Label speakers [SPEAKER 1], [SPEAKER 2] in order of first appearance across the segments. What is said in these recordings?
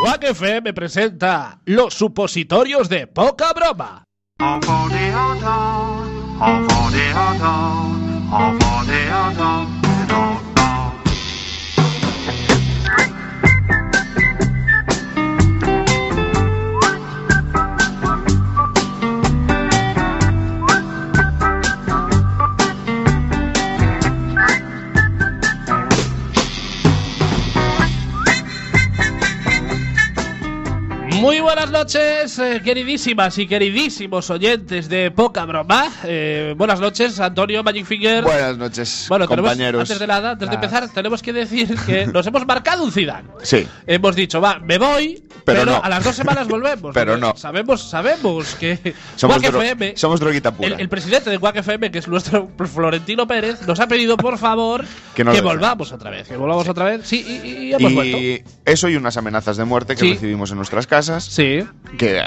[SPEAKER 1] Quack FM presenta Los supositorios de poca broma. Muy buenas noches, eh, queridísimas y queridísimos oyentes de Poca Broma. Eh, buenas noches, Antonio Magic Finger.
[SPEAKER 2] Buenas noches,
[SPEAKER 1] Bueno, tenemos-
[SPEAKER 2] Pues, compañeros.
[SPEAKER 1] antes de nada, antes de empezar, tenemos que decir que nos hemos marcado un Zidane.
[SPEAKER 2] Sí,
[SPEAKER 1] Hemos dicho, va, me voy, pero,
[SPEAKER 2] Pero no.
[SPEAKER 1] a las dos semanas volvemos.
[SPEAKER 2] Pero
[SPEAKER 1] Porque
[SPEAKER 2] no.
[SPEAKER 1] Sabemos, sabemos que
[SPEAKER 2] somos,
[SPEAKER 1] Quack
[SPEAKER 2] dro-
[SPEAKER 1] FM,
[SPEAKER 2] somos droguita pura.
[SPEAKER 1] el, el presidente de Quack FM, que es nuestro Florentino Pérez, nos ha pedido, por favor, que,
[SPEAKER 2] Que no lo dejen.
[SPEAKER 1] volvamos otra vez. Que volvamos otra vez. Sí, y, y- y hemos vuelto.
[SPEAKER 2] y eso y unas amenazas de muerte que
[SPEAKER 1] Sí.
[SPEAKER 2] recibimos en nuestras casas,
[SPEAKER 1] Sí.
[SPEAKER 2] que eh,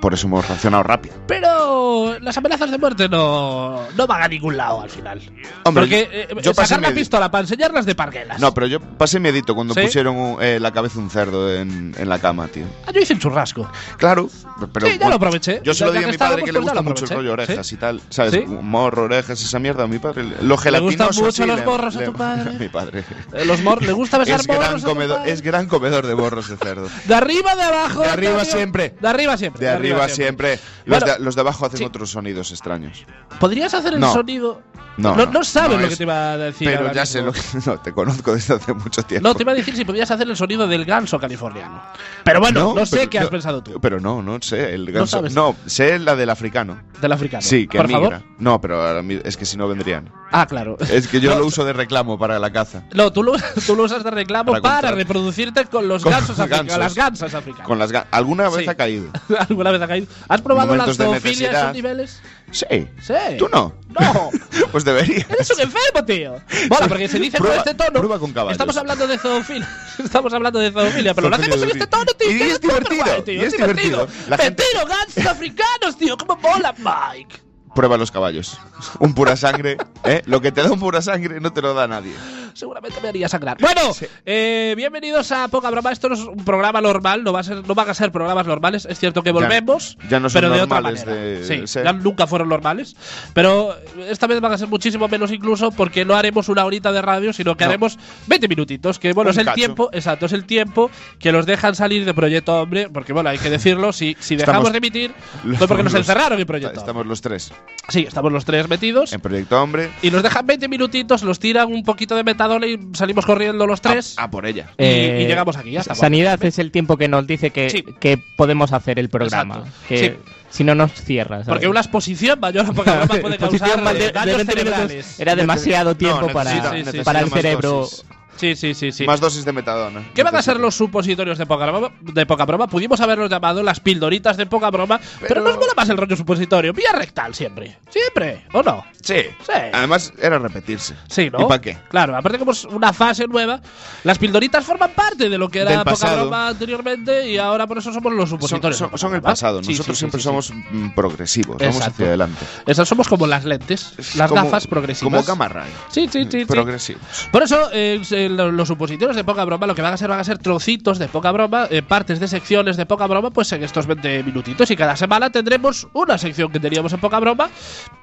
[SPEAKER 2] por eso hemos reaccionado rápido.
[SPEAKER 1] Pero las amenazas de muerte no, no van a ningún lado al final.
[SPEAKER 2] Hombre,
[SPEAKER 1] Porque eh,
[SPEAKER 2] yo pasé
[SPEAKER 1] sacar la
[SPEAKER 2] medio-
[SPEAKER 1] pistola para enseñarlas de parguelas.
[SPEAKER 2] No, pero yo pasé miedito cuando
[SPEAKER 1] ¿Sí?
[SPEAKER 2] pusieron un- eh, la cabeza de un cerdo en, en la cama, tío.
[SPEAKER 1] Ah, yo hice un churrasco.
[SPEAKER 2] Claro, pero.
[SPEAKER 1] Sí, ya lo aproveché.
[SPEAKER 2] Yo se
[SPEAKER 1] Ya-
[SPEAKER 2] lo
[SPEAKER 1] ya
[SPEAKER 2] di a
[SPEAKER 1] que
[SPEAKER 2] mi padre que le
[SPEAKER 1] estábamos, pues ya
[SPEAKER 2] gusta
[SPEAKER 1] lo
[SPEAKER 2] mucho el
[SPEAKER 1] aproveché.
[SPEAKER 2] rollo orejas
[SPEAKER 1] Sí.
[SPEAKER 2] y tal. ¿Sabes?
[SPEAKER 1] Sí.
[SPEAKER 2] Morro, orejas, esa mierda a mi padre. Lo gelatinoso.
[SPEAKER 1] gustan
[SPEAKER 2] así
[SPEAKER 1] mucho los
[SPEAKER 2] le-
[SPEAKER 1] morros a
[SPEAKER 2] le-
[SPEAKER 1] tu padre?
[SPEAKER 2] a mi padre.
[SPEAKER 1] Eh, Los mor le gusta besar
[SPEAKER 2] Es gran,
[SPEAKER 1] morros a tu
[SPEAKER 2] comedo-
[SPEAKER 1] padre.
[SPEAKER 2] es gran comedor de borros de cerdo.
[SPEAKER 1] De arriba, de abajo.
[SPEAKER 2] De arriba
[SPEAKER 1] Antonio.
[SPEAKER 2] siempre.
[SPEAKER 1] De arriba siempre.
[SPEAKER 2] De arriba siempre. Los,
[SPEAKER 1] Bueno,
[SPEAKER 2] de, los de abajo hacen
[SPEAKER 1] sí.
[SPEAKER 2] otros sonidos extraños.
[SPEAKER 1] ¿Podrías hacer el
[SPEAKER 2] No.
[SPEAKER 1] sonido?
[SPEAKER 2] No,
[SPEAKER 1] No,
[SPEAKER 2] no,
[SPEAKER 1] no sabes
[SPEAKER 2] no
[SPEAKER 1] lo
[SPEAKER 2] es-
[SPEAKER 1] que te iba a decir.
[SPEAKER 2] Pero
[SPEAKER 1] ahora
[SPEAKER 2] ya sé
[SPEAKER 1] mismo.
[SPEAKER 2] lo que. No, te conozco desde hace mucho tiempo.
[SPEAKER 1] No, te iba a decir si podías hacer el sonido del ganso californiano. Pero bueno, no, sé
[SPEAKER 2] pero-
[SPEAKER 1] qué has
[SPEAKER 2] no,
[SPEAKER 1] pensado tú.
[SPEAKER 2] Pero no, no sé. El ganso-
[SPEAKER 1] sabes.
[SPEAKER 2] no, sé la del africano.
[SPEAKER 1] Del africano.
[SPEAKER 2] Sí, que
[SPEAKER 1] Por
[SPEAKER 2] migra.
[SPEAKER 1] favor.
[SPEAKER 2] No, pero ahora mi- es que si no vendrían.
[SPEAKER 1] Ah, claro.
[SPEAKER 2] Es que yo
[SPEAKER 1] No,
[SPEAKER 2] lo uso de reclamo para la caza.
[SPEAKER 1] No, tú lo, tú lo usas de reclamo para,
[SPEAKER 2] Para contar.
[SPEAKER 1] reproducirte con los
[SPEAKER 2] Con
[SPEAKER 1] gansos
[SPEAKER 2] los
[SPEAKER 1] africanos.
[SPEAKER 2] gansos.
[SPEAKER 1] Las gansas africanas.
[SPEAKER 2] Con las ga- ¿Alguna vez
[SPEAKER 1] Sí.
[SPEAKER 2] ha caído?
[SPEAKER 1] ¿Alguna vez ha caído? ¿Has probado las
[SPEAKER 2] Momentos de
[SPEAKER 1] zoofilia a esos
[SPEAKER 2] necesidad.
[SPEAKER 1] niveles?
[SPEAKER 2] Sí.
[SPEAKER 1] Sí.
[SPEAKER 2] ¿Tú no?
[SPEAKER 1] No.
[SPEAKER 2] pues deberías.
[SPEAKER 1] Eres un enfermo, tío. Bueno, porque se dice
[SPEAKER 2] Prueba-
[SPEAKER 1] con este tono.
[SPEAKER 2] prueba con caballos.
[SPEAKER 1] Estamos hablando de zoofilia. Estamos hablando de zoofilia, pero lo
[SPEAKER 2] Zoofilia,
[SPEAKER 1] hacemos en este
[SPEAKER 2] zoofilia.
[SPEAKER 1] tono, tío.
[SPEAKER 2] Y
[SPEAKER 1] que
[SPEAKER 2] es
[SPEAKER 1] está súper
[SPEAKER 2] divertido,
[SPEAKER 1] guay, tío,
[SPEAKER 2] y es divertido. La
[SPEAKER 1] Me
[SPEAKER 2] gente-
[SPEAKER 1] tiro gansos africanos, tío. ¿Cómo mola, Mike?
[SPEAKER 2] Prueba los caballos. Un pura sangre. ¿eh? Lo que te da un pura sangre no te lo da nadie.
[SPEAKER 1] Seguramente me haría sangrar. Bueno, eh, bienvenidos a Poca Broma. Esto no es un programa normal, no, va a ser, no van a ser programas normales. Es cierto que volvemos,
[SPEAKER 2] ya no son
[SPEAKER 1] pero de otra
[SPEAKER 2] normales
[SPEAKER 1] manera.
[SPEAKER 2] de
[SPEAKER 1] sí,
[SPEAKER 2] ser.
[SPEAKER 1] ya nunca fueron normales. Pero esta vez van a ser muchísimo menos incluso porque no haremos una horita de radio, sino que
[SPEAKER 2] No.
[SPEAKER 1] haremos 20 minutitos, que bueno,
[SPEAKER 2] Un
[SPEAKER 1] es el
[SPEAKER 2] cacho.
[SPEAKER 1] tiempo, exacto, es el tiempo que los dejan salir de Proyecto Hombre, porque bueno, hay que decirlo, si, si
[SPEAKER 2] Estamos-
[SPEAKER 1] dejamos de emitir, fue porque nos
[SPEAKER 2] Los-
[SPEAKER 1] encerraron en Proyecto Hombre.
[SPEAKER 2] Estamos los tres.
[SPEAKER 1] Sí, estamos los tres metidos.
[SPEAKER 2] En Proyecto Hombre.
[SPEAKER 1] Y nos dejan 20 minutitos, los tiran un poquito de metadona y salimos corriendo los tres.
[SPEAKER 2] A, a por ella.
[SPEAKER 1] Y,
[SPEAKER 3] Eh,
[SPEAKER 1] y llegamos aquí, ya está.
[SPEAKER 3] Sanidad es el tiempo que nos dice que,
[SPEAKER 1] Sí.
[SPEAKER 3] que podemos hacer el programa.
[SPEAKER 1] Exacto.
[SPEAKER 3] Que
[SPEAKER 1] Sí.
[SPEAKER 3] si no nos cierras.
[SPEAKER 2] pues,
[SPEAKER 1] Porque una exposición mayor a Pokémon puede causar eh, daños cerebrales.
[SPEAKER 3] Era demasiado
[SPEAKER 2] No,
[SPEAKER 3] tiempo para,
[SPEAKER 2] necesita-
[SPEAKER 1] Sí, sí, sí.
[SPEAKER 3] para el
[SPEAKER 2] necesita más
[SPEAKER 3] cerebro.
[SPEAKER 2] dosis.
[SPEAKER 1] Sí, sí, sí, sí.
[SPEAKER 2] Más dosis de metadona.
[SPEAKER 1] ¿Qué van a ser los supositorios de poca broma? De poca broma? Pudimos haberlos llamado las pildoritas de poca broma, pero,
[SPEAKER 2] Pero-
[SPEAKER 1] nos mola más el rollo supositorio. Vía rectal siempre. Siempre, ¿o no?
[SPEAKER 2] Sí.
[SPEAKER 1] Sí.
[SPEAKER 2] Además, era repetirse.
[SPEAKER 1] Sí, ¿no?
[SPEAKER 2] Ah, ¿Y para qué?
[SPEAKER 1] Claro, aparte como es una fase nueva, las pildoritas forman parte de lo que
[SPEAKER 2] Del
[SPEAKER 1] era poca
[SPEAKER 2] pasado.
[SPEAKER 1] broma anteriormente y ahora por eso somos los
[SPEAKER 2] Son,
[SPEAKER 1] supositorios.
[SPEAKER 2] son-
[SPEAKER 1] de Poca
[SPEAKER 2] son el
[SPEAKER 1] Broma.
[SPEAKER 2] pasado.
[SPEAKER 1] Sí,
[SPEAKER 2] Nosotros
[SPEAKER 1] sí,
[SPEAKER 2] siempre
[SPEAKER 1] sí, sí,
[SPEAKER 2] somos mm, progresivos. Vamos
[SPEAKER 1] Exacto.
[SPEAKER 2] hacia adelante.
[SPEAKER 1] Esas somos como las lentes, las
[SPEAKER 2] Como-
[SPEAKER 1] gafas progresivas.
[SPEAKER 2] Como Camarray.
[SPEAKER 1] Sí, sí, sí. sí.
[SPEAKER 2] Progresivos.
[SPEAKER 1] Por eso, eh, eh, lo- los supositorios de poca broma, lo que van a ser van a ser trocitos de poca broma, eh, partes de secciones de poca broma, pues en estos 20 minutitos. Y cada semana tendremos una sección que teníamos en poca broma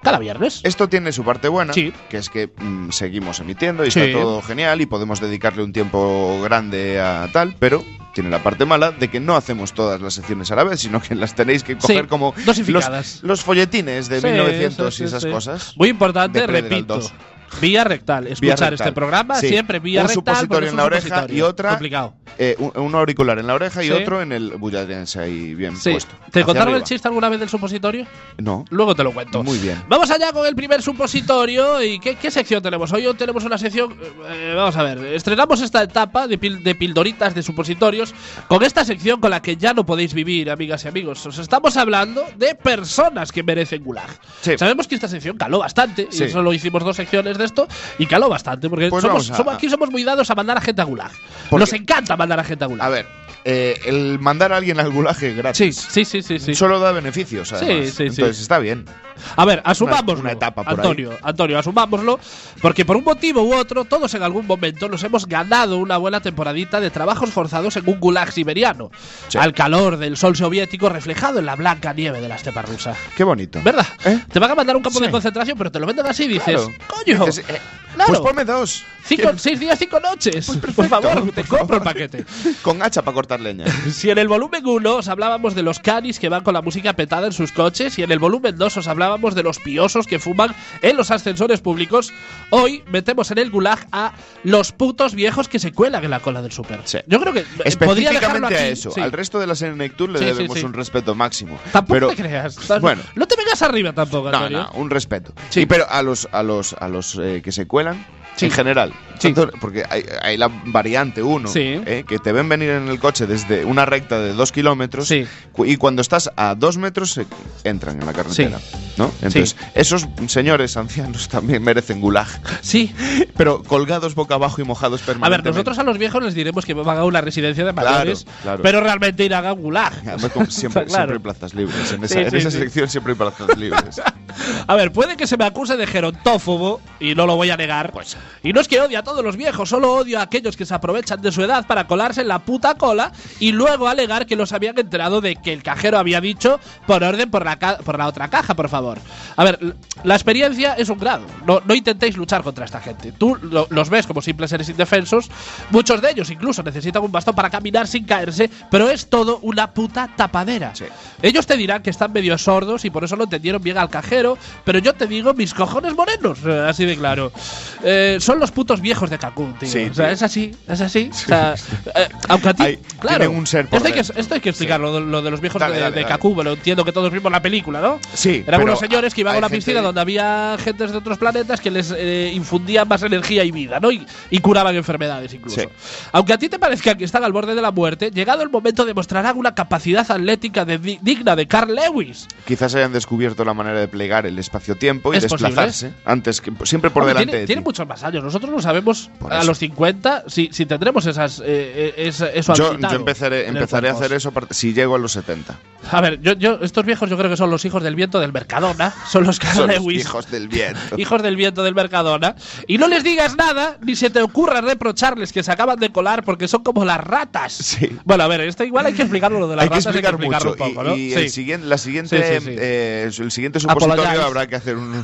[SPEAKER 1] cada viernes.
[SPEAKER 2] Esto tiene su parte buena,
[SPEAKER 1] Sí.
[SPEAKER 2] que es que mm, seguimos emitiendo y
[SPEAKER 1] Sí.
[SPEAKER 2] está todo genial y podemos dedicarle un tiempo grande a tal, pero tiene la parte mala de que no hacemos todas las secciones a la vez, sino que las tenéis que coger como
[SPEAKER 1] dosificadas.
[SPEAKER 2] los, los folletines de
[SPEAKER 1] Sí,
[SPEAKER 2] 1900
[SPEAKER 1] sí,
[SPEAKER 2] y
[SPEAKER 1] sí,
[SPEAKER 2] esas
[SPEAKER 1] sí.
[SPEAKER 2] cosas.
[SPEAKER 1] Muy importante,
[SPEAKER 2] de Predel
[SPEAKER 1] repito.
[SPEAKER 2] 2.
[SPEAKER 1] Vía rectal. Escuchar
[SPEAKER 2] rectal.
[SPEAKER 1] este programa
[SPEAKER 2] Sí.
[SPEAKER 1] siempre vía
[SPEAKER 2] Un
[SPEAKER 1] rectal. porque
[SPEAKER 2] supositorio
[SPEAKER 1] es
[SPEAKER 2] en la oreja
[SPEAKER 1] supositorio.
[SPEAKER 2] y otra-
[SPEAKER 1] Complicado.
[SPEAKER 2] Eh, un, un auricular en la oreja y
[SPEAKER 1] Sí.
[SPEAKER 2] otro en el bulladense ahí bien
[SPEAKER 1] Sí.
[SPEAKER 2] puesto.
[SPEAKER 1] ¿Te
[SPEAKER 2] Hacia
[SPEAKER 1] contaron el
[SPEAKER 2] arriba.
[SPEAKER 1] chiste alguna vez del supositorio?
[SPEAKER 2] No.
[SPEAKER 1] Luego te lo cuento.
[SPEAKER 2] Muy bien.
[SPEAKER 1] Vamos allá con el primer supositorio. ¿Y qué, qué sección tenemos? Hoy tenemos una sección. eh, vamos a ver. Estrenamos esta etapa de, pil- de pildoritas de supositorios con esta sección con la que ya no podéis vivir, amigas y amigos. Os estamos hablando de personas que merecen gulag.
[SPEAKER 2] Sí.
[SPEAKER 1] Sabemos que esta sección caló bastante.
[SPEAKER 2] Sí.
[SPEAKER 1] Y solo hicimos dos secciones de esto. Y caló bastante. Porque
[SPEAKER 2] Pues
[SPEAKER 1] somos,
[SPEAKER 2] vamos a-
[SPEAKER 1] somos- aquí somos muy dados a mandar a gente a gulag.
[SPEAKER 2] Porque-
[SPEAKER 1] Nos encanta mandar a gente a gulag.
[SPEAKER 2] A ver, eh, el mandar a alguien al gulaje es
[SPEAKER 1] Sí,
[SPEAKER 2] gratis.
[SPEAKER 1] sí, sí, sí. sí.
[SPEAKER 2] Solo da beneficios,
[SPEAKER 1] Sí,
[SPEAKER 2] además.
[SPEAKER 1] sí, sí.
[SPEAKER 2] Entonces está bien.
[SPEAKER 1] A ver, asumámoslo.
[SPEAKER 2] una etapa por
[SPEAKER 1] Antonio, Antonio, asumámoslo. Porque por un motivo u otro, todos en algún momento nos hemos ganado una buena temporadita de trabajos forzados en un gulag siberiano.
[SPEAKER 2] Sí.
[SPEAKER 1] Al calor del sol soviético reflejado en la blanca nieve de la estepa rusa.
[SPEAKER 2] Qué bonito.
[SPEAKER 1] ¿Verdad?
[SPEAKER 2] ¿Eh?
[SPEAKER 1] Te van a mandar a un campo de
[SPEAKER 2] Sí.
[SPEAKER 1] concentración, pero te lo venden así y dices,
[SPEAKER 2] Claro.
[SPEAKER 1] coño,
[SPEAKER 2] Dices, eh, Pues
[SPEAKER 1] claro.
[SPEAKER 2] ponme dos.
[SPEAKER 1] cinco- seis días, cinco noches.
[SPEAKER 2] Pues
[SPEAKER 1] por favor, te compro el paquete.
[SPEAKER 2] Con hacha para cortar leña.
[SPEAKER 1] Si en el volumen 1 os hablábamos de los canis que van con la música petada en sus coches y en el volumen 2 os hablábamos de los piosos que fuman en los ascensores públicos, hoy metemos en el gulag a los putos viejos que se cuelan en la cola del súper.
[SPEAKER 2] Sí.
[SPEAKER 1] Yo creo que eh, podría dejarlo aquí.
[SPEAKER 2] Específicamente a eso.
[SPEAKER 1] sí.
[SPEAKER 2] Al resto de la Senectur le
[SPEAKER 1] Sí, sí,
[SPEAKER 2] debemos
[SPEAKER 1] sí.
[SPEAKER 2] un respeto máximo.
[SPEAKER 1] Tampoco
[SPEAKER 2] pero,
[SPEAKER 1] te creas. Tan-
[SPEAKER 2] Bueno.
[SPEAKER 1] No te vengas arriba tampoco,
[SPEAKER 2] No,
[SPEAKER 1] Antonio.
[SPEAKER 2] no, un respeto.
[SPEAKER 1] Sí.
[SPEAKER 2] Y pero a los a los a los eh, que se cuelan
[SPEAKER 1] Sí.
[SPEAKER 2] en general.
[SPEAKER 1] Sí.
[SPEAKER 2] Tanto- Porque hay, hay la variante uno
[SPEAKER 1] Sí.
[SPEAKER 2] eh, que te ven venir en el coche desde una recta de dos kilómetros
[SPEAKER 1] Sí.
[SPEAKER 2] cu- y cuando estás a dos metros se entran en la carretera. ¿no? Entonces, esos señores ancianos también merecen gulag,
[SPEAKER 1] Sí.
[SPEAKER 2] pero colgados boca abajo y mojados
[SPEAKER 1] A ver,
[SPEAKER 2] permanentemente.
[SPEAKER 1] nosotros a los viejos les diremos que van a una residencia de
[SPEAKER 2] Claro,
[SPEAKER 1] mayores,
[SPEAKER 2] claro.
[SPEAKER 1] pero realmente irán a un gulag.
[SPEAKER 2] Además, como siempre,
[SPEAKER 1] Claro.
[SPEAKER 2] siempre hay plazas libres. En esa,
[SPEAKER 1] Sí,
[SPEAKER 2] en
[SPEAKER 1] sí,
[SPEAKER 2] esa
[SPEAKER 1] sí.
[SPEAKER 2] sección siempre hay plazas libres.
[SPEAKER 1] A ver, puede que se me acuse de gerontófobo, y no lo voy a negar. Y no es que odie a todos los viejos, solo odio a aquellos que se aprovechan de su edad para colarse en la puta cola y luego alegar que los habían enterado de que el cajero había dicho por orden por la, ca- por la otra caja, por favor. A ver, l- la experiencia es un grado. No, no intentéis luchar contra esta gente. Tú lo- los ves como simples seres indefensos. Muchos de ellos incluso necesitan un bastón para caminar sin caerse, pero es todo una puta tapadera.
[SPEAKER 2] Sí.
[SPEAKER 1] Ellos te dirán que están medio sordos y por eso no entendieron bien al cajero, pero yo te digo mis cojones morenos, eh, así de claro. Eh, son los putos viejos de Cancún, tío.
[SPEAKER 2] Sí,
[SPEAKER 1] o sea,
[SPEAKER 2] tío.
[SPEAKER 1] es así, es así. O sea, eh, aunque a ti,
[SPEAKER 2] Hay-
[SPEAKER 1] claro,
[SPEAKER 2] tienen un ser por
[SPEAKER 1] esto, hay que,
[SPEAKER 2] dentro.
[SPEAKER 1] esto hay que explicar lo, de- lo de los viejos
[SPEAKER 2] Dale,
[SPEAKER 1] de,
[SPEAKER 2] dale,
[SPEAKER 1] de
[SPEAKER 2] dale.
[SPEAKER 1] Cancún, lo entiendo que todos vimos la película, ¿no?
[SPEAKER 2] Sí,
[SPEAKER 1] Eran
[SPEAKER 2] pero
[SPEAKER 1] unos señores que iban a
[SPEAKER 2] hay
[SPEAKER 1] una
[SPEAKER 2] gente-
[SPEAKER 1] piscina donde había gentes de otros planetas que les eh, infundían más energía y vida, ¿no? Y, y curaban enfermedades incluso.
[SPEAKER 2] Sí.
[SPEAKER 1] Aunque a ti te parezca que están al borde de la muerte, llegado el momento demostrarán una capacidad atlética de- di- digna de Carl Lewis.
[SPEAKER 2] Quizás hayan descubierto la manera de plegar el espacio-tiempo y
[SPEAKER 1] Es posible.
[SPEAKER 2] desplazarse antes que siempre por
[SPEAKER 1] Hombre,
[SPEAKER 2] delante
[SPEAKER 1] tiene,
[SPEAKER 2] de
[SPEAKER 1] tiene
[SPEAKER 2] ti.
[SPEAKER 1] muchos más años. Nosotros no sabemos
[SPEAKER 2] Por
[SPEAKER 1] a
[SPEAKER 2] eso.
[SPEAKER 1] los 50 si, si tendremos esas, eh, eh, esa- eso
[SPEAKER 2] Yo,
[SPEAKER 1] habilitado
[SPEAKER 2] yo empezaré,
[SPEAKER 1] en el
[SPEAKER 2] empezaré a
[SPEAKER 1] cuerpo.
[SPEAKER 2] hacer eso part- si llego a los 70.
[SPEAKER 1] A ver, yo, yo- estos viejos yo creo que son los hijos del viento del Mercadona. Son los Carl
[SPEAKER 2] Son los
[SPEAKER 1] Lewis.
[SPEAKER 2] hijos del viento.
[SPEAKER 1] hijos del viento del Mercadona, y no les digas nada, ni se te ocurra reprocharles que se acaban de colar porque son como las ratas.
[SPEAKER 2] Sí.
[SPEAKER 1] Bueno, a ver, esto igual hay que explicarlo lo de las
[SPEAKER 2] hay que
[SPEAKER 1] ratas,
[SPEAKER 2] explicar
[SPEAKER 1] hay que explicarlo
[SPEAKER 2] mucho.
[SPEAKER 1] un poco,
[SPEAKER 2] y
[SPEAKER 1] ¿no?
[SPEAKER 2] y
[SPEAKER 1] Sí.
[SPEAKER 2] el siguiente, la siguiente,
[SPEAKER 1] Sí, sí, sí.
[SPEAKER 2] eh, el siguiente supositorio
[SPEAKER 1] Apologize.
[SPEAKER 2] habrá que hacer un,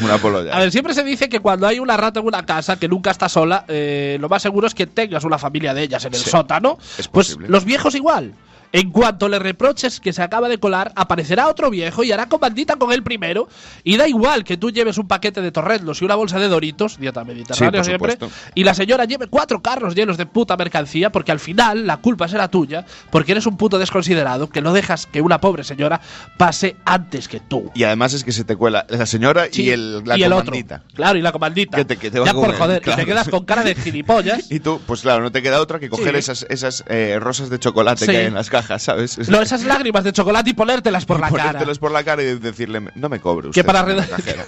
[SPEAKER 2] un apologize.
[SPEAKER 1] A ver, siempre se dice que cuando hay una rata en una casa que nunca está sola, eh, lo más seguro es que tengas una familia de ellas en el
[SPEAKER 2] Sí.
[SPEAKER 1] sótano.
[SPEAKER 2] Es
[SPEAKER 1] pues
[SPEAKER 2] posible.
[SPEAKER 1] los viejos igual. En cuanto le reproches que se acaba de colar, aparecerá otro viejo y hará comandita con él primero. Y da igual que tú lleves un paquete de torrendos y una bolsa de doritos, dieta mediterránea
[SPEAKER 2] Sí, por
[SPEAKER 1] siempre,
[SPEAKER 2] supuesto.
[SPEAKER 1] y la señora lleve cuatro carros llenos de puta mercancía, porque al final la culpa será tuya, porque eres un puto desconsiderado que no dejas que una pobre señora pase antes que tú.
[SPEAKER 2] Y además es que se te cuela la señora
[SPEAKER 1] Sí,
[SPEAKER 2] y el, la comandita.
[SPEAKER 1] Otro. Claro, y la comandita.
[SPEAKER 2] Que te- que te va
[SPEAKER 1] ya
[SPEAKER 2] a comer,
[SPEAKER 1] por joder,
[SPEAKER 2] claro.
[SPEAKER 1] y te quedas con cara de gilipollas.
[SPEAKER 2] Y tú, pues claro, no te queda otra que coger esas, esas eh, rosas de chocolate
[SPEAKER 1] Sí.
[SPEAKER 2] que hay en las cajas, ¿sabes?
[SPEAKER 1] no, esas lágrimas de chocolate y ponértelas por la cara.
[SPEAKER 2] Ponértelas por la cara y decirle, no me cobre usted.
[SPEAKER 1] Que para,
[SPEAKER 2] señora
[SPEAKER 1] redo-
[SPEAKER 2] cajera".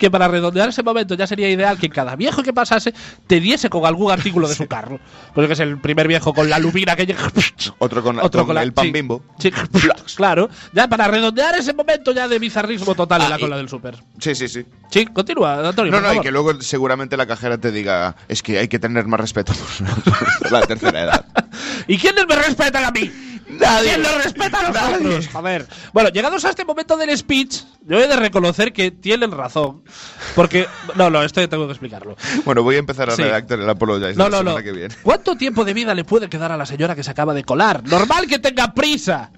[SPEAKER 1] que para redondear ese momento ya sería ideal que cada viejo que pasase te diese con algún artículo de su carro. Porque es el primer viejo con la lubina que llega.
[SPEAKER 2] Otro con, la-
[SPEAKER 1] Otro
[SPEAKER 2] con
[SPEAKER 1] con la-
[SPEAKER 2] el pan
[SPEAKER 1] sí.
[SPEAKER 2] bimbo.
[SPEAKER 1] Sí, claro. Ya para redondear ese momento ya de bizarrismo total en la cola del súper.
[SPEAKER 2] Sí, sí, sí.
[SPEAKER 1] Sí, continúa, Antonio.
[SPEAKER 2] Ah, No,
[SPEAKER 1] por
[SPEAKER 2] no, y
[SPEAKER 1] favor.
[SPEAKER 2] que luego seguramente la cajera te diga, es que hay que tener más respeto por la tercera edad.
[SPEAKER 1] ¿Y quiénes me respetan a mí?
[SPEAKER 2] Nadie.
[SPEAKER 1] ¿Quién nos respeta a
[SPEAKER 2] Nadie.
[SPEAKER 1] nosotros? Joder. Bueno, llegados a este momento del speech, yo he de reconocer que tienen razón. Porque. No, no, esto tengo que explicarlo.
[SPEAKER 2] Bueno, voy a empezar a
[SPEAKER 1] Sí.
[SPEAKER 2] redactar el Apologize
[SPEAKER 1] No,
[SPEAKER 2] la
[SPEAKER 1] no,
[SPEAKER 2] semana
[SPEAKER 1] no.
[SPEAKER 2] que viene.
[SPEAKER 1] ¿Cuánto tiempo de vida le puede quedar a la señora que se acaba de colar? Normal que tenga prisa.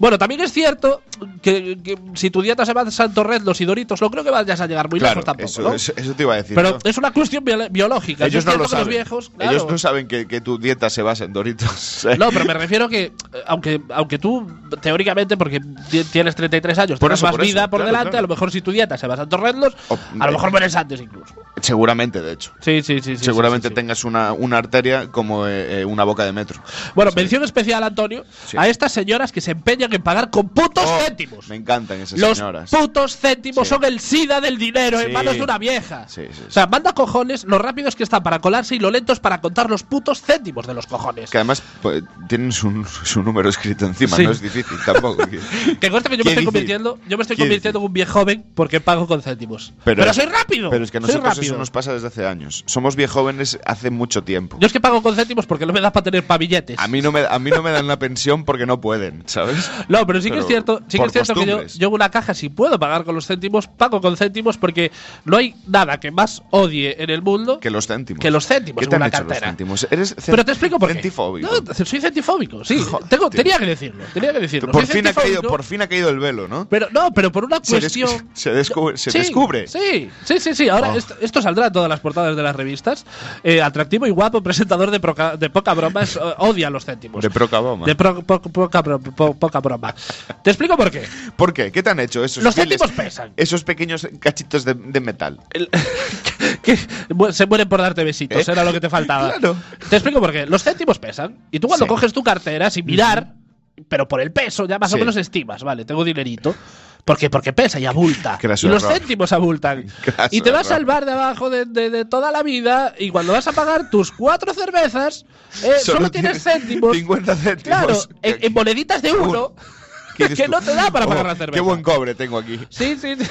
[SPEAKER 1] Bueno, también es cierto que, que si tu dieta se va a Santo Redlos y Doritos, no creo que vayas a llegar muy
[SPEAKER 2] claro,
[SPEAKER 1] lejos tampoco.
[SPEAKER 2] eso,
[SPEAKER 1] ¿no?
[SPEAKER 2] eso- eso te iba a decir.
[SPEAKER 1] Pero
[SPEAKER 2] ¿no?
[SPEAKER 1] es una cuestión biolo- biológica.
[SPEAKER 2] ellos
[SPEAKER 1] Yo
[SPEAKER 2] no lo
[SPEAKER 1] entiendo que los
[SPEAKER 2] saben.
[SPEAKER 1] viejos,
[SPEAKER 2] Ellos
[SPEAKER 1] claro.
[SPEAKER 2] no saben que, que tu dieta se basa en Doritos.
[SPEAKER 1] No, pero me refiero que, eh, aunque, aunque tú, teóricamente, porque ti- tienes 33 años,
[SPEAKER 2] Por
[SPEAKER 1] tienes
[SPEAKER 2] eso,
[SPEAKER 1] más
[SPEAKER 2] por eso,
[SPEAKER 1] vida por
[SPEAKER 2] claro,
[SPEAKER 1] delante,
[SPEAKER 2] claro.
[SPEAKER 1] a lo mejor si tu dieta se vas a torrendos,
[SPEAKER 2] O-
[SPEAKER 1] a lo mejor mueres antes incluso.
[SPEAKER 2] Seguramente, de hecho.
[SPEAKER 1] Sí, sí, sí. sí,
[SPEAKER 2] Seguramente
[SPEAKER 1] sí, sí.
[SPEAKER 2] tengas una, una arteria como eh, eh, una boca de metro.
[SPEAKER 1] Bueno, mención especial, Antonio, a estas señoras que se empeñan tengan que pagar con putos
[SPEAKER 2] Oh,
[SPEAKER 1] céntimos.
[SPEAKER 2] Me encantan esas
[SPEAKER 1] Los
[SPEAKER 2] señoras.
[SPEAKER 1] putos céntimos
[SPEAKER 2] Sí.
[SPEAKER 1] son el sida del dinero en
[SPEAKER 2] Sí.
[SPEAKER 1] manos de una vieja.
[SPEAKER 2] Sí, sí, sí.
[SPEAKER 1] O sea, manda cojones lo rápidos que están para colarse y lo lentos para contar los putos céntimos de los cojones.
[SPEAKER 2] Que además pues, tienen su, su número escrito encima,
[SPEAKER 1] Sí.
[SPEAKER 2] no es difícil tampoco.
[SPEAKER 1] Que conste que yo me
[SPEAKER 2] ¿Qué
[SPEAKER 1] estoy
[SPEAKER 2] dice?
[SPEAKER 1] convirtiendo, yo me estoy
[SPEAKER 2] ¿Qué
[SPEAKER 1] convirtiendo en un viejo joven porque pago con céntimos. Pero, soy rápido.
[SPEAKER 2] Pero es que a
[SPEAKER 1] soy
[SPEAKER 2] nosotros
[SPEAKER 1] rápido.
[SPEAKER 2] eso nos pasa desde hace años. Somos viejóvenes hace mucho tiempo.
[SPEAKER 1] Yo es que pago con céntimos porque no me da para tener pa' billetes.
[SPEAKER 2] A mí, no me, a mí no me dan la pensión porque no pueden, ¿sabes?
[SPEAKER 1] No, pero sí que
[SPEAKER 2] Pero
[SPEAKER 1] es cierto, sí que
[SPEAKER 2] por
[SPEAKER 1] es cierto que yo,
[SPEAKER 2] costumbres.
[SPEAKER 1] yo en una caja si puedo pagar con los céntimos, pago con céntimos porque no hay nada que más odie en el mundo
[SPEAKER 2] Que los céntimos.
[SPEAKER 1] Que los céntimos
[SPEAKER 2] ¿Qué
[SPEAKER 1] en
[SPEAKER 2] te han
[SPEAKER 1] una
[SPEAKER 2] hecho los
[SPEAKER 1] cartera.
[SPEAKER 2] céntimos? Eres cen-
[SPEAKER 1] Pero te explico por qué.
[SPEAKER 2] centifóbico.
[SPEAKER 1] No, soy centifóbico, sí.
[SPEAKER 2] Joder,
[SPEAKER 1] Tengo,
[SPEAKER 2] tío.
[SPEAKER 1] tenía que decirlo, tenía que decirlo.
[SPEAKER 2] por,
[SPEAKER 1] Soy
[SPEAKER 2] fin ha caído,
[SPEAKER 1] centifóbico,
[SPEAKER 2] por fin ha caído el velo, ¿no?
[SPEAKER 1] Pero no, pero por una
[SPEAKER 2] Se,
[SPEAKER 1] cuestión.
[SPEAKER 2] des- se descubre. Se
[SPEAKER 1] Sí,
[SPEAKER 2] descubre.
[SPEAKER 1] Sí, sí, sí, sí. Ahora
[SPEAKER 2] Oh.
[SPEAKER 1] esto, esto saldrá en todas las portadas de las revistas. Eh, atractivo y guapo, presentador de, proca- de poca broma, es, eh, odia los céntimos.
[SPEAKER 2] De Procaboma.
[SPEAKER 1] De pro- po- poca, bro- po- poca broma. Te explico por qué.
[SPEAKER 2] ¿Por qué? ¿Qué te han hecho esos
[SPEAKER 1] Los
[SPEAKER 2] giles?
[SPEAKER 1] céntimos pesan.
[SPEAKER 2] Esos pequeños cachitos de, de metal.
[SPEAKER 1] El- que mu- se mueren por darte besitos,
[SPEAKER 2] ¿Eh?
[SPEAKER 1] era lo que te faltaba.
[SPEAKER 2] Claro.
[SPEAKER 1] Te explico por qué. Los céntimos pesan. Y tú cuando
[SPEAKER 2] Sí.
[SPEAKER 1] coges tu cartera sin mirar, pero por el peso ya más o
[SPEAKER 2] Sí.
[SPEAKER 1] menos estimas, vale, tengo dinerito. Porque, porque pesa y abulta.
[SPEAKER 2] Craso
[SPEAKER 1] Y los
[SPEAKER 2] error.
[SPEAKER 1] céntimos abultan.
[SPEAKER 2] Craso
[SPEAKER 1] y te vas
[SPEAKER 2] error.
[SPEAKER 1] al bar de abajo de, de- de toda la vida. Y cuando vas a pagar tus cuatro cervezas, eh, solo, tienes céntimos.
[SPEAKER 2] 50 céntimos.
[SPEAKER 1] Claro, en,
[SPEAKER 2] ¿Qué-
[SPEAKER 1] en moneditas de uno.
[SPEAKER 2] qué dices
[SPEAKER 1] que
[SPEAKER 2] tú?
[SPEAKER 1] no te da para pagar
[SPEAKER 2] Oh,
[SPEAKER 1] la cerveza.
[SPEAKER 2] Qué buen cobre tengo aquí.
[SPEAKER 1] Sí, sí. sí.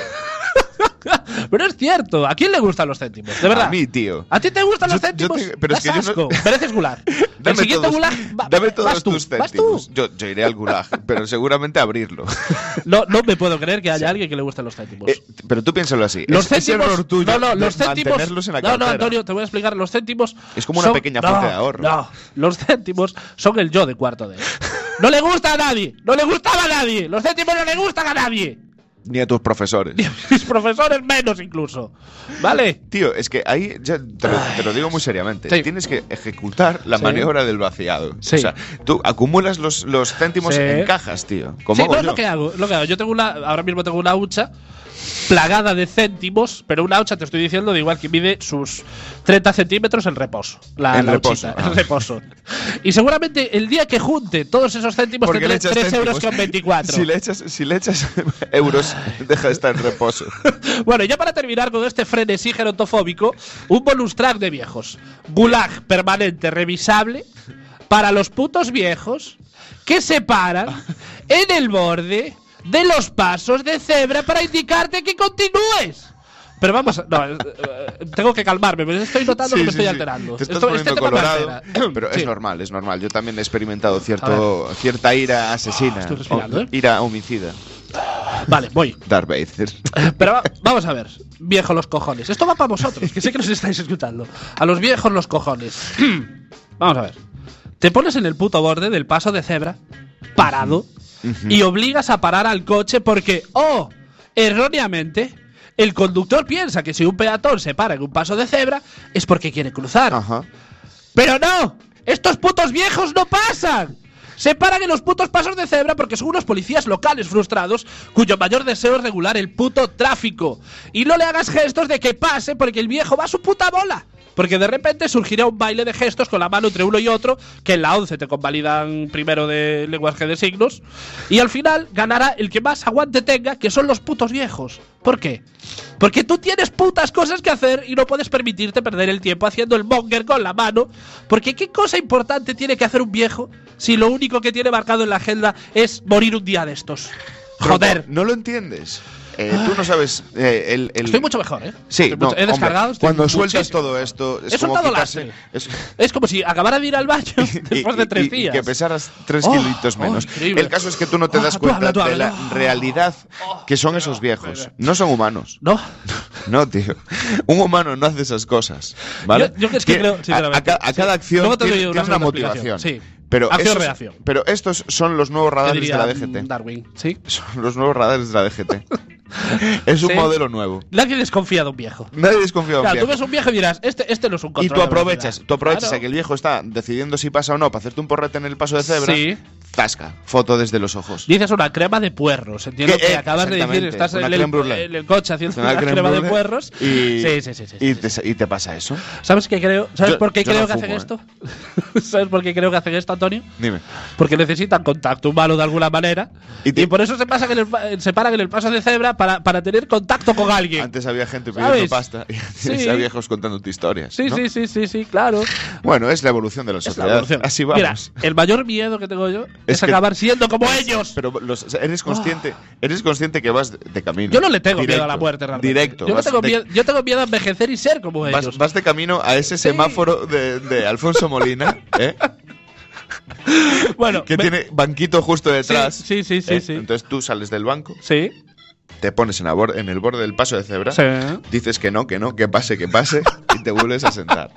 [SPEAKER 1] Pero es cierto, ¿a quién le gustan los céntimos? De verdad.
[SPEAKER 2] A mí, tío.
[SPEAKER 1] ¿A ti te gustan
[SPEAKER 2] Yo-
[SPEAKER 1] los céntimos?
[SPEAKER 2] yo te- pero es
[SPEAKER 1] Das
[SPEAKER 2] que yo no-
[SPEAKER 1] asco, Pareces gulag. El siguiente
[SPEAKER 2] todos,
[SPEAKER 1] gulag va-
[SPEAKER 2] dame todos
[SPEAKER 1] vas tú,
[SPEAKER 2] tus
[SPEAKER 1] vas
[SPEAKER 2] céntimos.
[SPEAKER 1] tú.
[SPEAKER 2] Yo, yo iré al gulag, pero seguramente a abrirlo.
[SPEAKER 1] No, no me puedo creer que haya alguien que le gusten los céntimos.
[SPEAKER 2] Eh, pero tú piénsalo así.
[SPEAKER 1] Pues. los
[SPEAKER 2] es, es
[SPEAKER 1] céntimos.
[SPEAKER 2] error tuyo
[SPEAKER 1] no, no,
[SPEAKER 2] de
[SPEAKER 1] los céntimos.
[SPEAKER 2] mantenerlos en la
[SPEAKER 1] no, no,
[SPEAKER 2] cartera.
[SPEAKER 1] Antonio, te voy a explicar. Los céntimos.
[SPEAKER 2] Es como una pequeña fuente
[SPEAKER 1] no,
[SPEAKER 2] de ahorro.
[SPEAKER 1] No, los céntimos son el yo de cuarto de. No le gusta a nadie. No le gustaba a nadie. Los céntimos no le gustan a nadie.
[SPEAKER 2] Ni a tus profesores.
[SPEAKER 1] Ni a mis profesores menos incluso. ¿Vale?
[SPEAKER 2] Tío, es que ahí ya te lo, te lo digo muy seriamente.
[SPEAKER 1] Sí.
[SPEAKER 2] Tienes que ejecutar la
[SPEAKER 1] Sí.
[SPEAKER 2] maniobra del vaciado.
[SPEAKER 1] Sí.
[SPEAKER 2] O sea, tú acumulas los, los céntimos
[SPEAKER 1] Sí.
[SPEAKER 2] en cajas, tío. Como
[SPEAKER 1] sí,
[SPEAKER 2] hago
[SPEAKER 1] no es
[SPEAKER 2] yo.
[SPEAKER 1] lo que hago, es lo que hago. Yo tengo una, ahora mismo tengo una hucha plagada de céntimos, pero una hucha te estoy diciendo de igual que mide sus 30 centímetros en reposo. La,
[SPEAKER 2] En
[SPEAKER 1] la
[SPEAKER 2] reposo,
[SPEAKER 1] huchita,
[SPEAKER 2] ah.
[SPEAKER 1] en reposo. Y seguramente el día que junte todos esos céntimos
[SPEAKER 2] Porque le
[SPEAKER 1] tendré
[SPEAKER 2] echas
[SPEAKER 1] 3
[SPEAKER 2] céntimos.
[SPEAKER 1] euros con 24.
[SPEAKER 2] Si le echas, si le echas euros, deja de estar en reposo.
[SPEAKER 1] Bueno, y ya para terminar con este frenesí gerontofóbico, un bonus track de viejos. Gulag permanente revisable para los putos viejos que se paran en el borde de los pasos de cebra para indicarte que continúes. Pero vamos, a- no, eh, eh, tengo que calmarme, pero estoy notando
[SPEAKER 2] Sí,
[SPEAKER 1] que me
[SPEAKER 2] sí,
[SPEAKER 1] estoy
[SPEAKER 2] sí.
[SPEAKER 1] alterando.
[SPEAKER 2] Te estás
[SPEAKER 1] Esto-
[SPEAKER 2] poniendo
[SPEAKER 1] este tema me
[SPEAKER 2] colorado.
[SPEAKER 1] altera.
[SPEAKER 2] Pero
[SPEAKER 1] Sí.
[SPEAKER 2] es normal, es normal. Yo también he experimentado cierto, cierta ira asesina.
[SPEAKER 1] estoy respirando,
[SPEAKER 2] o-
[SPEAKER 1] ¿eh?
[SPEAKER 2] Ira homicida.
[SPEAKER 1] Vale, voy.
[SPEAKER 2] Darth Vader.
[SPEAKER 1] Pero va- vamos a ver, viejo los cojones. Esto va para vosotros, que sé que nos estáis escuchando. A los viejos los cojones. vamos a ver. Te pones en el puto borde del paso de cebra, parado, y obligas a parar al coche porque, oh, erróneamente, el conductor piensa que si un peatón se para en un paso de cebra es porque quiere cruzar.
[SPEAKER 2] Ajá.
[SPEAKER 1] ¡Pero no! ¡Estos putos viejos no pasan! Se paran en los putos pasos de cebra porque son unos policías locales frustrados cuyo mayor deseo es regular el puto tráfico. Y no le hagas gestos de que pase porque el viejo va a su puta bola. Porque de repente surgirá un baile de gestos con la mano entre uno y otro, que en la 11 te convalidan primero de lenguaje de signos. Y al final ganará el que más aguante tenga, que son los putos viejos. ¿Por qué? Porque tú tienes putas cosas que hacer y no puedes permitirte perder el tiempo haciendo el monger con la mano. Porque qué cosa importante tiene que hacer un viejo si lo único que tiene marcado en la agenda es morir un día de estos. Joder.
[SPEAKER 2] Tronco, No lo entiendes. Eh, tú no sabes eh, el, el-
[SPEAKER 1] Estoy mucho mejor, ¿eh?
[SPEAKER 2] Sí,
[SPEAKER 1] Estoy
[SPEAKER 2] no,
[SPEAKER 1] mucho- he
[SPEAKER 2] hombre,
[SPEAKER 1] descargado. estoy
[SPEAKER 2] cuando sueltas
[SPEAKER 1] muchísimo.
[SPEAKER 2] todo esto, es
[SPEAKER 1] He
[SPEAKER 2] como
[SPEAKER 1] soltado
[SPEAKER 2] quitarse.
[SPEAKER 1] lastre.
[SPEAKER 2] es-
[SPEAKER 1] Es como si acabara de ir al baño después de tres
[SPEAKER 2] y- y
[SPEAKER 1] días.
[SPEAKER 2] que pesaras tres
[SPEAKER 1] Oh,
[SPEAKER 2] kilitos
[SPEAKER 1] oh,
[SPEAKER 2] menos.
[SPEAKER 1] increíble.
[SPEAKER 2] el caso es que tú no te
[SPEAKER 1] Ah,
[SPEAKER 2] das
[SPEAKER 1] tú
[SPEAKER 2] cuenta
[SPEAKER 1] habla, tú
[SPEAKER 2] de
[SPEAKER 1] habla,
[SPEAKER 2] la
[SPEAKER 1] no.
[SPEAKER 2] realidad que son esos viejos.
[SPEAKER 1] espera.
[SPEAKER 2] No son humanos.
[SPEAKER 1] No,
[SPEAKER 2] No, tío. Un humano no hace esas cosas. ¿vale?
[SPEAKER 1] Yo- yo es que
[SPEAKER 2] Tiene-
[SPEAKER 1] creo,
[SPEAKER 2] a- a,
[SPEAKER 1] sinceramente,
[SPEAKER 2] ca- a
[SPEAKER 1] sí.
[SPEAKER 2] cada acción
[SPEAKER 1] Luego te
[SPEAKER 2] tiene,
[SPEAKER 1] doy una
[SPEAKER 2] tiene una
[SPEAKER 1] segunda
[SPEAKER 2] motivación.
[SPEAKER 1] explicación, sí.
[SPEAKER 2] Pero,
[SPEAKER 1] Acción-reacción.
[SPEAKER 2] esos, pero estos son los nuevos
[SPEAKER 1] ¿qué
[SPEAKER 2] radares de
[SPEAKER 1] diría mm,
[SPEAKER 2] la DGT.
[SPEAKER 1] Darwin. Sí.
[SPEAKER 2] Son los nuevos radares de la DGT. Es un
[SPEAKER 1] Sí.
[SPEAKER 2] modelo nuevo.
[SPEAKER 1] Nadie desconfía de un viejo.
[SPEAKER 2] Nadie desconfía de un
[SPEAKER 1] Claro, tú
[SPEAKER 2] viejo.
[SPEAKER 1] ves un viejo y dirás, este, este no es un
[SPEAKER 2] Y
[SPEAKER 1] control.
[SPEAKER 2] tú
[SPEAKER 1] de velocidad.
[SPEAKER 2] aprovechas, tú aprovechas
[SPEAKER 1] Claro.
[SPEAKER 2] a que el viejo está decidiendo si pasa o no para hacerte un porrete en el paso de cebra.
[SPEAKER 1] Sí.
[SPEAKER 2] Zasca, foto desde los ojos.
[SPEAKER 1] Dices una crema de puerros. Entiendo
[SPEAKER 2] Que,
[SPEAKER 1] que
[SPEAKER 2] eh,
[SPEAKER 1] acabas de decir,
[SPEAKER 2] exactamente,
[SPEAKER 1] estás en
[SPEAKER 2] una
[SPEAKER 1] el,
[SPEAKER 2] creme brulee.
[SPEAKER 1] en el coche haciendo
[SPEAKER 2] Una
[SPEAKER 1] una
[SPEAKER 2] creme
[SPEAKER 1] crema de
[SPEAKER 2] brulee
[SPEAKER 1] puerros.
[SPEAKER 2] y-
[SPEAKER 1] Sí, sí, sí. sí,
[SPEAKER 2] Y
[SPEAKER 1] sí.
[SPEAKER 2] te, y te pasa eso.
[SPEAKER 1] ¿Sabes qué creo? ¿Sabes
[SPEAKER 2] Yo-
[SPEAKER 1] por qué
[SPEAKER 2] yo no
[SPEAKER 1] creo que
[SPEAKER 2] fumo,
[SPEAKER 1] hacen
[SPEAKER 2] eh.
[SPEAKER 1] esto? ¿Sabes por qué creo que hacen esto, Antonio?
[SPEAKER 2] Dime.
[SPEAKER 1] Porque necesitan contacto humano de alguna manera.
[SPEAKER 2] Y
[SPEAKER 1] Y,
[SPEAKER 2] te-
[SPEAKER 1] por eso se, pasan en el, pa- se paran en el paso de cebra para, para tener contacto con alguien.
[SPEAKER 2] Antes había gente pidiendo
[SPEAKER 1] ¿Sabes?
[SPEAKER 2] pasta y antes
[SPEAKER 1] Sí.
[SPEAKER 2] había viejos contándote historias.
[SPEAKER 1] Sí,
[SPEAKER 2] ¿no?
[SPEAKER 1] sí, sí, sí, sí, claro.
[SPEAKER 2] Bueno, es la evolución de la
[SPEAKER 1] Es
[SPEAKER 2] sociedad.
[SPEAKER 1] la evolución.
[SPEAKER 2] Así vamos.
[SPEAKER 1] Mira, el mayor miedo que tengo yo
[SPEAKER 2] Es
[SPEAKER 1] es,
[SPEAKER 2] que-
[SPEAKER 1] acabar siendo como ellos.
[SPEAKER 2] Pero los- o sea, eres consciente, eres consciente que vas de camino.
[SPEAKER 1] Ah. Yo no le tengo miedo
[SPEAKER 2] Directo,
[SPEAKER 1] a la muerte, realmente.
[SPEAKER 2] Directo.
[SPEAKER 1] Yo, no
[SPEAKER 2] vas
[SPEAKER 1] tengo
[SPEAKER 2] de-
[SPEAKER 1] miedo, yo tengo miedo a envejecer y ser como
[SPEAKER 2] Vas,
[SPEAKER 1] ellos.
[SPEAKER 2] vas de camino a ese semáforo de, de Alfonso Molina, ¿eh?
[SPEAKER 1] bueno,
[SPEAKER 2] que
[SPEAKER 1] me-
[SPEAKER 2] tiene banquito justo detrás.
[SPEAKER 1] Sí, sí, sí, sí.
[SPEAKER 2] ¿eh?
[SPEAKER 1] sí.
[SPEAKER 2] Entonces tú sales del banco,
[SPEAKER 1] Sí.
[SPEAKER 2] te pones en, la bor- en el borde del paso de cebra,
[SPEAKER 1] Sí.
[SPEAKER 2] dices que no, que no, que pase, que pase, y te vuelves a sentar.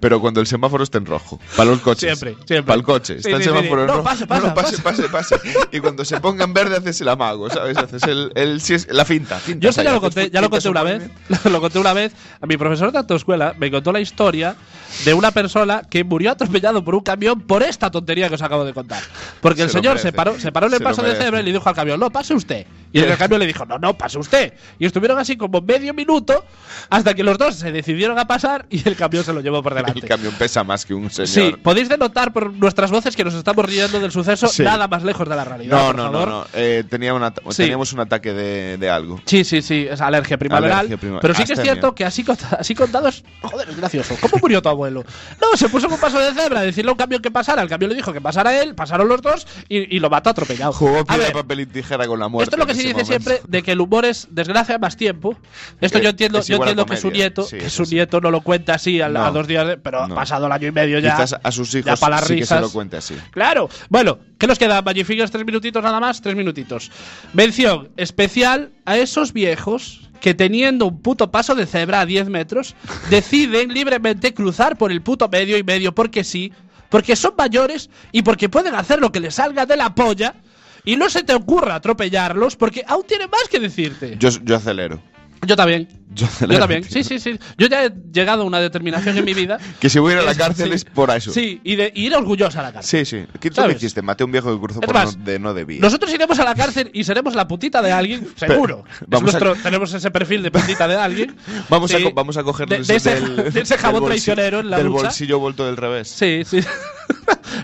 [SPEAKER 2] Pero cuando el semáforo está en rojo, para los coches.
[SPEAKER 1] Siempre, siempre.
[SPEAKER 2] Para el coche.
[SPEAKER 1] Sí,
[SPEAKER 2] está el
[SPEAKER 1] sí, sí,
[SPEAKER 2] semáforo
[SPEAKER 1] sí.
[SPEAKER 2] en
[SPEAKER 1] No,
[SPEAKER 2] rojo.
[SPEAKER 1] pase, pasa,
[SPEAKER 2] pase, pase, pase. Y cuando se ponga en verde haces el amago, ¿sabes? Haces el, el- si es- la finta. finta
[SPEAKER 1] Yo eso ya
[SPEAKER 2] Haces
[SPEAKER 1] lo conté, ya lo
[SPEAKER 2] fintas
[SPEAKER 1] conté una vez.
[SPEAKER 2] suavemente.
[SPEAKER 1] Lo conté una vez. A mi profesor de autoescuela me contó la historia de una persona que murió atropellado por un camión por esta tontería que os acabo de contar. Porque el
[SPEAKER 2] Se lo
[SPEAKER 1] señor
[SPEAKER 2] merece.
[SPEAKER 1] se paró, se paró en el
[SPEAKER 2] Se lo
[SPEAKER 1] paso de
[SPEAKER 2] merece.
[SPEAKER 1] cebra y le dijo al camión, no, pase usted. Y el camión le dijo, no, no, pase usted. Y estuvieron así como medio minuto hasta que los dos se decidieron a pasar y el camión se lo llevó por delante.
[SPEAKER 2] El camión pesa más que un señor.
[SPEAKER 1] Sí, podéis denotar por nuestras voces que nos estamos riendo del suceso
[SPEAKER 2] Sí.
[SPEAKER 1] nada más lejos de la realidad.
[SPEAKER 2] No,
[SPEAKER 1] por
[SPEAKER 2] no, no,
[SPEAKER 1] favor.
[SPEAKER 2] no. Eh, tenía una- teníamos,
[SPEAKER 1] Sí.
[SPEAKER 2] un ataque de, de algo.
[SPEAKER 1] Sí, sí, sí, es alergia primaveral.
[SPEAKER 2] Alergia primaveral.
[SPEAKER 1] Pero sí que es
[SPEAKER 2] Astemia.
[SPEAKER 1] cierto que así, cont- así contado es. Joder, es gracioso. ¿Cómo murió tu abuelo? No, se puso en un paso de cebra, decirle a un camión que pasara. El camión le dijo que pasara él, pasaron los dos y, y lo mató atropellado.
[SPEAKER 2] Jugó
[SPEAKER 1] a
[SPEAKER 2] piedra,
[SPEAKER 1] ver,
[SPEAKER 2] papel y tijera con la muerte.
[SPEAKER 1] esto es lo que
[SPEAKER 2] en
[SPEAKER 1] se
[SPEAKER 2] ese
[SPEAKER 1] dice
[SPEAKER 2] momento.
[SPEAKER 1] siempre de que el humor es desgracia más tiempo. Esto
[SPEAKER 2] Que
[SPEAKER 1] yo entiendo,
[SPEAKER 2] es
[SPEAKER 1] yo
[SPEAKER 2] igual a
[SPEAKER 1] entiendo que su
[SPEAKER 2] comedia.
[SPEAKER 1] nieto,
[SPEAKER 2] Sí,
[SPEAKER 1] que
[SPEAKER 2] eso
[SPEAKER 1] su
[SPEAKER 2] sí.
[SPEAKER 1] nieto no lo cuenta así al- a,
[SPEAKER 2] No.
[SPEAKER 1] dos días, de- pero
[SPEAKER 2] No.
[SPEAKER 1] pasado el año y medio ya.
[SPEAKER 2] Quizás a sus hijos
[SPEAKER 1] ya para las
[SPEAKER 2] sí que se
[SPEAKER 1] risas.
[SPEAKER 2] lo cuente así.
[SPEAKER 1] Claro. Bueno, ¿qué nos queda? Magic Figures, tres minutitos nada más, tres minutitos. Mención especial a esos viejos que teniendo un puto paso de cebra a 10 metros, deciden libremente cruzar por el puto medio y medio porque sí, porque son mayores y porque pueden hacer lo que les salga de la polla y no se te ocurra atropellarlos porque aún tienen más que decirte.
[SPEAKER 2] Yo, yo acelero.
[SPEAKER 1] Yo también. Yo
[SPEAKER 2] Yo acelero,
[SPEAKER 1] también.
[SPEAKER 2] tío.
[SPEAKER 1] Sí, sí, sí. Yo ya he llegado a una determinación en mi vida.
[SPEAKER 2] Que si voy a ir a la
[SPEAKER 1] Es-
[SPEAKER 2] cárcel
[SPEAKER 1] sí.
[SPEAKER 2] es por eso.
[SPEAKER 1] Sí, y de y ir orgullosa a la cárcel.
[SPEAKER 2] sí. sí. ¿Qué tú
[SPEAKER 1] ¿Sabes?
[SPEAKER 2] lo hiciste? Maté a un viejo que cruzó
[SPEAKER 1] Es
[SPEAKER 2] por
[SPEAKER 1] más,
[SPEAKER 2] no, de no debía.
[SPEAKER 1] Nosotros iremos a la cárcel y seremos la putita de alguien, seguro. Es
[SPEAKER 2] vamos a-
[SPEAKER 1] nuestro- Tenemos ese perfil de putita de alguien.
[SPEAKER 2] Vamos, a,
[SPEAKER 1] Sí.
[SPEAKER 2] co- vamos a coger
[SPEAKER 1] de, de ese, de ese jabón traicionero en la
[SPEAKER 2] del
[SPEAKER 1] ducha.
[SPEAKER 2] bolsillo vuelto del revés.
[SPEAKER 1] Sí, sí.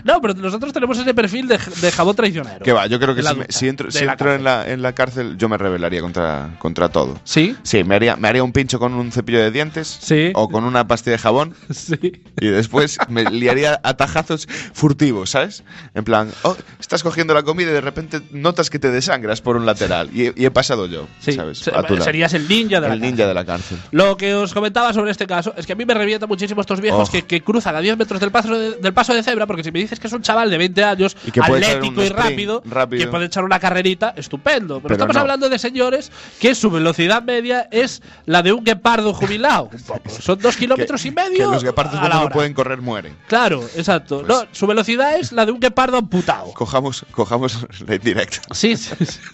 [SPEAKER 1] no, pero nosotros tenemos ese perfil de, de jabón traicionero.
[SPEAKER 2] Que va, yo creo que
[SPEAKER 1] En la
[SPEAKER 2] si, me-
[SPEAKER 1] ducha,
[SPEAKER 2] si entro,
[SPEAKER 1] de
[SPEAKER 2] si
[SPEAKER 1] la
[SPEAKER 2] entro en,
[SPEAKER 1] cárcel.
[SPEAKER 2] la, en la cárcel, yo me rebelaría contra, contra todo.
[SPEAKER 1] Sí,
[SPEAKER 2] Sí, me haría, me haría un pincho con un cepillo de dientes
[SPEAKER 1] Sí.
[SPEAKER 2] o con una pastilla de jabón
[SPEAKER 1] sí.
[SPEAKER 2] y después me liaría a tajazos furtivos, ¿sabes? En plan, oh, estás cogiendo la comida y de repente notas que te desangras por un lateral y, he- y he pasado yo,
[SPEAKER 1] sí.
[SPEAKER 2] ¿sabes?
[SPEAKER 1] Se-
[SPEAKER 2] A tu lado.
[SPEAKER 1] Serías el ninja de la
[SPEAKER 2] el
[SPEAKER 1] cárcel.
[SPEAKER 2] ninja de la cárcel.
[SPEAKER 1] Lo que os comentaba sobre este caso es que a mí me revienta muchísimo estos viejos
[SPEAKER 2] Oh.
[SPEAKER 1] que, que cruzan a 10 metros del paso, de, del paso de cebra, porque si me dices que es un chaval de 20 años,
[SPEAKER 2] Y que puede echar
[SPEAKER 1] atlético
[SPEAKER 2] un
[SPEAKER 1] y
[SPEAKER 2] sprint
[SPEAKER 1] rápido,
[SPEAKER 2] rápido.
[SPEAKER 1] que puede echar una carrerita, estupendo. Pero,
[SPEAKER 2] Pero
[SPEAKER 1] estamos
[SPEAKER 2] no.
[SPEAKER 1] hablando de señores que su velocidad media es la de un guepardo jubilado. Un poco. Son dos kilómetros y medio.
[SPEAKER 2] Que los guepardos
[SPEAKER 1] a
[SPEAKER 2] cuando
[SPEAKER 1] la
[SPEAKER 2] no
[SPEAKER 1] hora.
[SPEAKER 2] pueden correr mueren.
[SPEAKER 1] Claro, exacto.
[SPEAKER 2] Pues-
[SPEAKER 1] No, su velocidad es la de un guepardo amputado.
[SPEAKER 2] Cojamos, cojamos la indirecta.
[SPEAKER 1] Sí, sí, sí.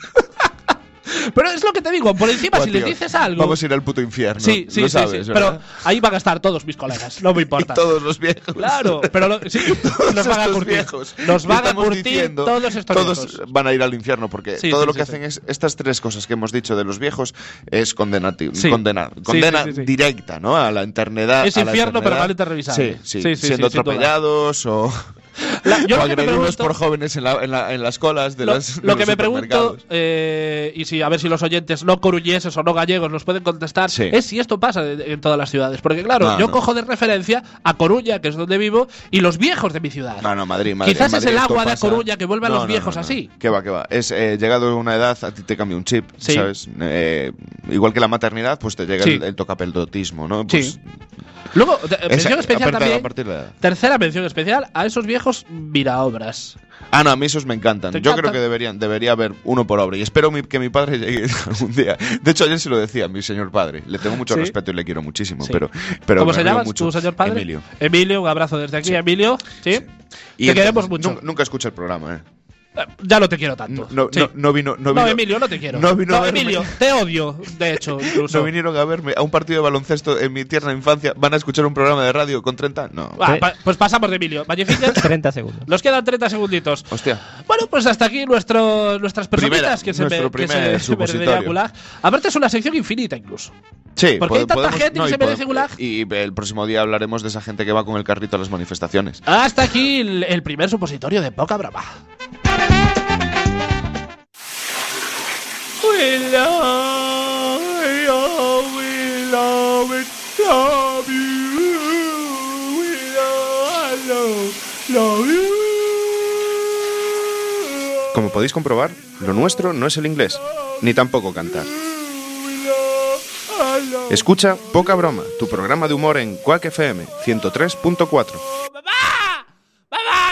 [SPEAKER 1] Pero es lo que te digo, por encima,
[SPEAKER 2] Buah,
[SPEAKER 1] si les
[SPEAKER 2] Pues, tío,
[SPEAKER 1] dices algo.
[SPEAKER 2] Vamos a ir al puto infierno.
[SPEAKER 1] Sí, sí,
[SPEAKER 2] Lo
[SPEAKER 1] sí,
[SPEAKER 2] sabes,
[SPEAKER 1] sí.
[SPEAKER 2] ¿verdad?
[SPEAKER 1] Pero ahí van a estar todos mis colegas, no me importa.
[SPEAKER 2] Y todos los viejos.
[SPEAKER 1] Claro, pero lo- sí, nos van a
[SPEAKER 2] estos
[SPEAKER 1] curtir.
[SPEAKER 2] viejos
[SPEAKER 1] Nos
[SPEAKER 2] que
[SPEAKER 1] van a
[SPEAKER 2] estamos
[SPEAKER 1] curtir
[SPEAKER 2] diciendo,
[SPEAKER 1] todos estos
[SPEAKER 2] todos
[SPEAKER 1] viejos.
[SPEAKER 2] van a ir al infierno porque
[SPEAKER 1] Sí,
[SPEAKER 2] todo
[SPEAKER 1] sí,
[SPEAKER 2] lo
[SPEAKER 1] sí,
[SPEAKER 2] que
[SPEAKER 1] sí.
[SPEAKER 2] hacen es estas tres cosas que hemos dicho de los viejos es condenati-
[SPEAKER 1] Sí.
[SPEAKER 2] condena,
[SPEAKER 1] Sí,
[SPEAKER 2] condena
[SPEAKER 1] sí, sí, sí.
[SPEAKER 2] directa, ¿no? A la eternidad.
[SPEAKER 1] Es
[SPEAKER 2] a la
[SPEAKER 1] infierno, pero
[SPEAKER 2] eternidad.
[SPEAKER 1] maleta revisable.
[SPEAKER 2] Sí, sí,
[SPEAKER 1] Sí, sí,
[SPEAKER 2] siendo
[SPEAKER 1] sí, sin duda.
[SPEAKER 2] atropellados o,
[SPEAKER 1] La- yo
[SPEAKER 2] o
[SPEAKER 1] lo que me
[SPEAKER 2] agredidos
[SPEAKER 1] pregunto-
[SPEAKER 2] por jóvenes en, la- en la- en las colas de
[SPEAKER 1] lo,
[SPEAKER 2] las de
[SPEAKER 1] lo
[SPEAKER 2] los
[SPEAKER 1] que me pregunto,
[SPEAKER 2] supermercados.
[SPEAKER 1] eh, y si a ver si los oyentes no coruñeses o no gallegos nos pueden contestar,
[SPEAKER 2] Sí.
[SPEAKER 1] es si esto pasa de- en todas las ciudades. Porque claro,
[SPEAKER 2] No,
[SPEAKER 1] yo
[SPEAKER 2] no.
[SPEAKER 1] cojo de referencia a Coruña, que es donde vivo, y los viejos de mi ciudad.
[SPEAKER 2] No, no, Madrid, Madrid.
[SPEAKER 1] Quizás
[SPEAKER 2] en
[SPEAKER 1] es
[SPEAKER 2] Madrid
[SPEAKER 1] el
[SPEAKER 2] esto
[SPEAKER 1] agua de A
[SPEAKER 2] pasa.
[SPEAKER 1] Coruña que vuelve a
[SPEAKER 2] No,
[SPEAKER 1] los
[SPEAKER 2] no, no,
[SPEAKER 1] viejos
[SPEAKER 2] no.
[SPEAKER 1] así.
[SPEAKER 2] Que va, que va. Es eh, llegado a una edad, a ti te cambia un chip,
[SPEAKER 1] Sí.
[SPEAKER 2] ¿sabes? Eh, igual que la maternidad, pues te llega
[SPEAKER 1] Sí.
[SPEAKER 2] el, el tocapeldotismo, ¿no?
[SPEAKER 1] Sí.
[SPEAKER 2] Pues,
[SPEAKER 1] Luego, te- mención
[SPEAKER 2] esa-
[SPEAKER 1] especial
[SPEAKER 2] aparte-
[SPEAKER 1] también.
[SPEAKER 2] a partir de la edad.
[SPEAKER 1] Tercera mención especial a esos viejos miraobras.
[SPEAKER 2] Ah, no, a mí esos me encantan. Yo
[SPEAKER 1] ¿Te
[SPEAKER 2] creo
[SPEAKER 1] encantan?
[SPEAKER 2] que deberían, debería haber uno por obra. Y espero mi- que mi padre llegue algún día. De hecho, ayer se lo decía a mi señor padre. Le tengo mucho
[SPEAKER 1] Sí.
[SPEAKER 2] respeto y le quiero muchísimo.
[SPEAKER 1] Sí.
[SPEAKER 2] Pero, pero
[SPEAKER 1] ¿Cómo
[SPEAKER 2] me
[SPEAKER 1] se
[SPEAKER 2] río
[SPEAKER 1] llama
[SPEAKER 2] mucho.
[SPEAKER 1] tu señor padre?
[SPEAKER 2] Emilio.
[SPEAKER 1] Emilio, un abrazo desde aquí,
[SPEAKER 2] Sí.
[SPEAKER 1] Emilio. Sí.
[SPEAKER 2] Y
[SPEAKER 1] Te
[SPEAKER 2] entonces,
[SPEAKER 1] queremos mucho.
[SPEAKER 2] nun- Nunca escucha el programa, ¿eh?
[SPEAKER 1] eh, ya no te quiero tanto.
[SPEAKER 2] No, no,
[SPEAKER 1] Sí.
[SPEAKER 2] no- no vino. No,
[SPEAKER 1] No,
[SPEAKER 2] vino-
[SPEAKER 1] Emilio, no te quiero.
[SPEAKER 2] no vino a verme.
[SPEAKER 1] Emilio, te odio, de hecho, incluso.
[SPEAKER 2] no vinieron a verme a un partido de baloncesto en mi tierna infancia. ¿Van a escuchar un programa de radio con 30? No.
[SPEAKER 1] Ah,
[SPEAKER 3] Sí.
[SPEAKER 1] pa- pues pasamos de Emilio. Vallecillas,
[SPEAKER 3] 30 segundos.
[SPEAKER 1] nos quedan 30 segunditos.
[SPEAKER 2] Hostia.
[SPEAKER 1] Bueno, pues hasta aquí nuestro, nuestras
[SPEAKER 2] Primera,
[SPEAKER 1] personitas que se
[SPEAKER 2] nuestro
[SPEAKER 1] me que se
[SPEAKER 2] primer
[SPEAKER 1] me
[SPEAKER 2] supositorio.
[SPEAKER 1] merecía gulag. Aparte es una sección infinita incluso.
[SPEAKER 2] Sí,
[SPEAKER 1] Porque
[SPEAKER 2] pode-
[SPEAKER 1] hay tanta gente que
[SPEAKER 2] y
[SPEAKER 1] se merece
[SPEAKER 2] pode-
[SPEAKER 1] gulag.
[SPEAKER 2] Y el próximo día hablaremos de esa gente que va con el carrito a las manifestaciones.
[SPEAKER 1] Hasta aquí el, el primer supositorio de Poca Brava.
[SPEAKER 2] Como podéis comprobar, lo nuestro no es el inglés, ni tampoco cantar. Escucha Poca Broma, tu programa de humor en Quack FM 103.4.